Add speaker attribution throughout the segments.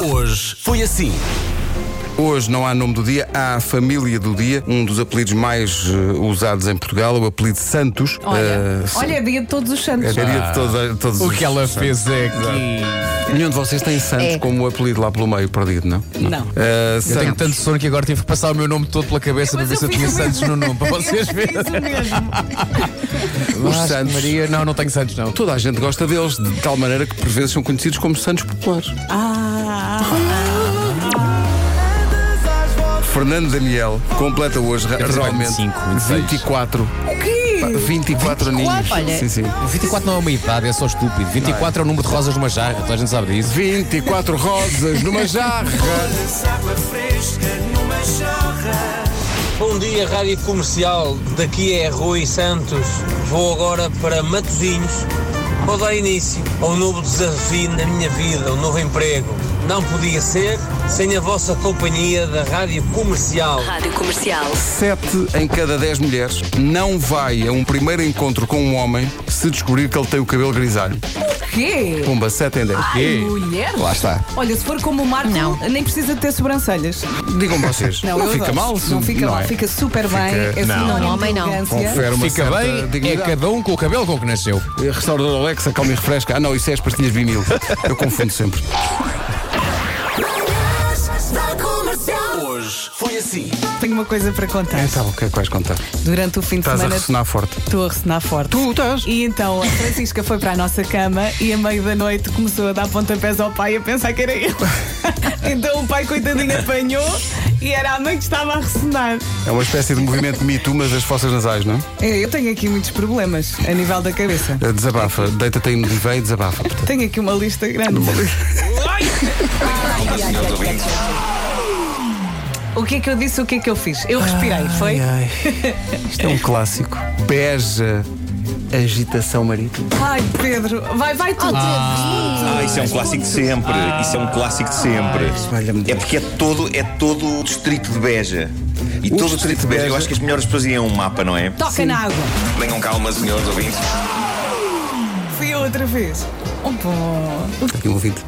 Speaker 1: Hoje foi assim.
Speaker 2: Hoje não há nome do dia, há a família do dia, um dos apelidos mais eh, usados em Portugal, o apelido Santos.
Speaker 3: Olha,
Speaker 2: Eh,
Speaker 3: olha, é dia de todos os
Speaker 2: é
Speaker 3: santos.
Speaker 2: dia de todos, todos
Speaker 4: O
Speaker 2: os-
Speaker 4: que ela fez é que.
Speaker 2: Nenhum de vocês tem Santos
Speaker 3: É.
Speaker 2: como apelido lá pelo meio perdido, não?
Speaker 3: Não.
Speaker 2: Eh,
Speaker 4: Eu tenho
Speaker 2: Santos.
Speaker 4: tanto sono que agora tive que passar o meu nome todo pela cabeça para ver
Speaker 3: eu
Speaker 4: se eu
Speaker 3: fiz
Speaker 4: tinha
Speaker 3: o mesmo.
Speaker 4: Santos no nome, para vocês verem.
Speaker 3: Isso mesmo.
Speaker 4: Os
Speaker 2: Vasco,
Speaker 4: Santos. Maria, não, não tenho Santos, não.
Speaker 2: Toda a gente gosta deles, de tal maneira que por vezes são conhecidos como Santos Populares.
Speaker 3: Ah.
Speaker 2: Fernando Daniel completa hoje ra-
Speaker 4: ter
Speaker 2: realmente
Speaker 4: 25, 26.
Speaker 2: 24.
Speaker 3: O quê?
Speaker 2: 24 aninhos.
Speaker 3: Olha.
Speaker 2: Sim, sim.
Speaker 4: 24 não é uma idade, é só estúpido. 24 é. o número de rosas numa jarra, toda a gente sabe disso.
Speaker 2: 24 rosas numa jarra.
Speaker 5: Bom dia, Rádio Comercial. Daqui é Rui Santos. Vou agora para Matosinhos. Vou dar início a um novo desafio na minha vida, um novo emprego. Não podia ser sem a vossa companhia da Rádio Comercial.
Speaker 6: Rádio Comercial.
Speaker 2: 7 em cada 10 mulheres não vai a um primeiro encontro com um homem se descobrir que ele tem o cabelo grisalho.
Speaker 3: O quê?
Speaker 2: Pumba, 7 em 10.
Speaker 3: Ai, mulher?
Speaker 2: Lá está.
Speaker 3: Olha, se for como o Marco,
Speaker 6: Não.
Speaker 3: nem precisa de ter sobrancelhas.
Speaker 2: Digam-me vocês.
Speaker 3: eu
Speaker 2: fica
Speaker 3: adoro.
Speaker 2: mal?
Speaker 3: Não fica mal,
Speaker 2: é?
Speaker 3: fica super bem. É
Speaker 2: não.
Speaker 3: sinónimo
Speaker 6: Homem,
Speaker 3: de
Speaker 6: não.
Speaker 3: elegância.
Speaker 2: Confere uma
Speaker 4: Fica
Speaker 2: certa
Speaker 4: bem, é
Speaker 2: dignidade.
Speaker 4: cada um com o cabelo com que nasceu.
Speaker 2: Restaurador Alexa, calma e refresca. Ah, não, isso é as pastilhas vinil. Eu confundo sempre.
Speaker 1: Hoje foi assim.
Speaker 3: Tenho uma coisa para contar.
Speaker 2: Então, o que é que vais contar?
Speaker 3: Durante o fim de
Speaker 2: Estás a
Speaker 3: semana.
Speaker 2: ressonar forte.
Speaker 3: Estou a ressonar forte. Tu
Speaker 2: estás?
Speaker 3: E então a Francisca foi para a nossa cama e a meio da noite começou a dar pontapés ao pai a pensar que era ele. então o pai, coitadinho, apanhou e era a mãe que estava a ressonar.
Speaker 2: É uma espécie de movimento Me Too, mas das fossas nasais, não?
Speaker 3: É, Eu tenho aqui muitos problemas a nível da cabeça.
Speaker 2: é? Desabafa. Deita-te aí no divã e desabafa.
Speaker 3: Tenho aqui uma lista grande. o que é que eu disse? O que é que eu fiz? Eu respirei, foi?
Speaker 2: ai. Isto é um clássico. Beja agitação marítima.
Speaker 3: Ai, Pedro, vai, vai tu.
Speaker 7: Ah, isso é um clássico de sempre. Isso é um clássico de
Speaker 2: valha-me
Speaker 7: sempre. É
Speaker 2: Deus.
Speaker 7: porque é todo, é todo o distrito de Beja. E todo o distrito de Beja, eu acho que as melhores pessoas iam a um mapa, não é?
Speaker 3: Toca na água.
Speaker 7: Tenham calma, senhores ouvintes.
Speaker 3: Fui eu outra vez. Oh, bom.
Speaker 2: Aqui um ouvinte.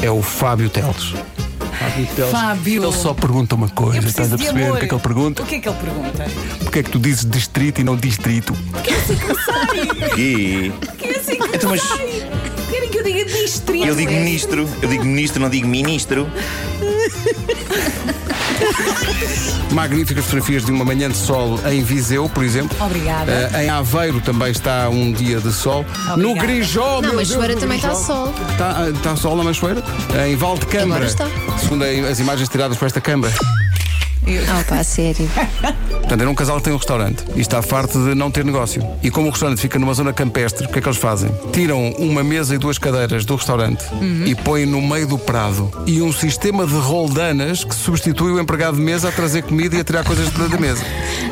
Speaker 2: É o Fábio Teles.
Speaker 3: Fábio.
Speaker 2: Ele só pergunta uma coisa,
Speaker 3: Eu
Speaker 2: estás
Speaker 3: preciso
Speaker 2: a
Speaker 3: de
Speaker 2: perceber o
Speaker 3: amor.
Speaker 2: que é que ele pergunta?
Speaker 3: O que é que ele pergunta?
Speaker 2: Porque é que tu dizes distrito e não distrito?
Speaker 7: E
Speaker 3: Que é assim que
Speaker 7: Então, mas-
Speaker 3: sai? Querem que eu diga distrito?
Speaker 7: eu digo ministro, eu digo ministro, não digo ministro.
Speaker 2: Magníficas fotografias de uma manhã de sol em Viseu, por exemplo.
Speaker 3: Obrigada.
Speaker 2: Eh, em Aveiro também está um dia de sol. No Grijó,
Speaker 8: Não,
Speaker 2: meu
Speaker 8: mas
Speaker 2: Deus,
Speaker 8: Soeira
Speaker 2: no
Speaker 8: também está
Speaker 2: Grijó.
Speaker 8: sol.
Speaker 2: Está, está sol na Manchoeira? Eh, Em Val de Câmara.
Speaker 8: Agora está.
Speaker 2: Segundo a- as imagens tiradas por esta Câmara.
Speaker 8: Ah, pá, sério.
Speaker 2: Portanto, era um casal que tem um restaurante e está farto de não ter negócio. E como o restaurante fica numa zona campestre, o que é que eles fazem? Tiram uma mesa e duas cadeiras do restaurante
Speaker 8: Uhum.
Speaker 2: e põem no meio do prado e um sistema de roldanas que substitui o empregado de mesa a trazer comida e a tirar coisas de- da mesa.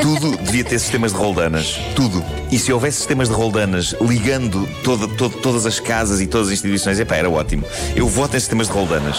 Speaker 7: Tudo devia ter sistemas de roldanas. Tudo. E se houvesse sistemas de roldanas ligando toda- todo- todas as casas e todas as instituições, epá, era ótimo. Eu voto em sistemas de roldanas.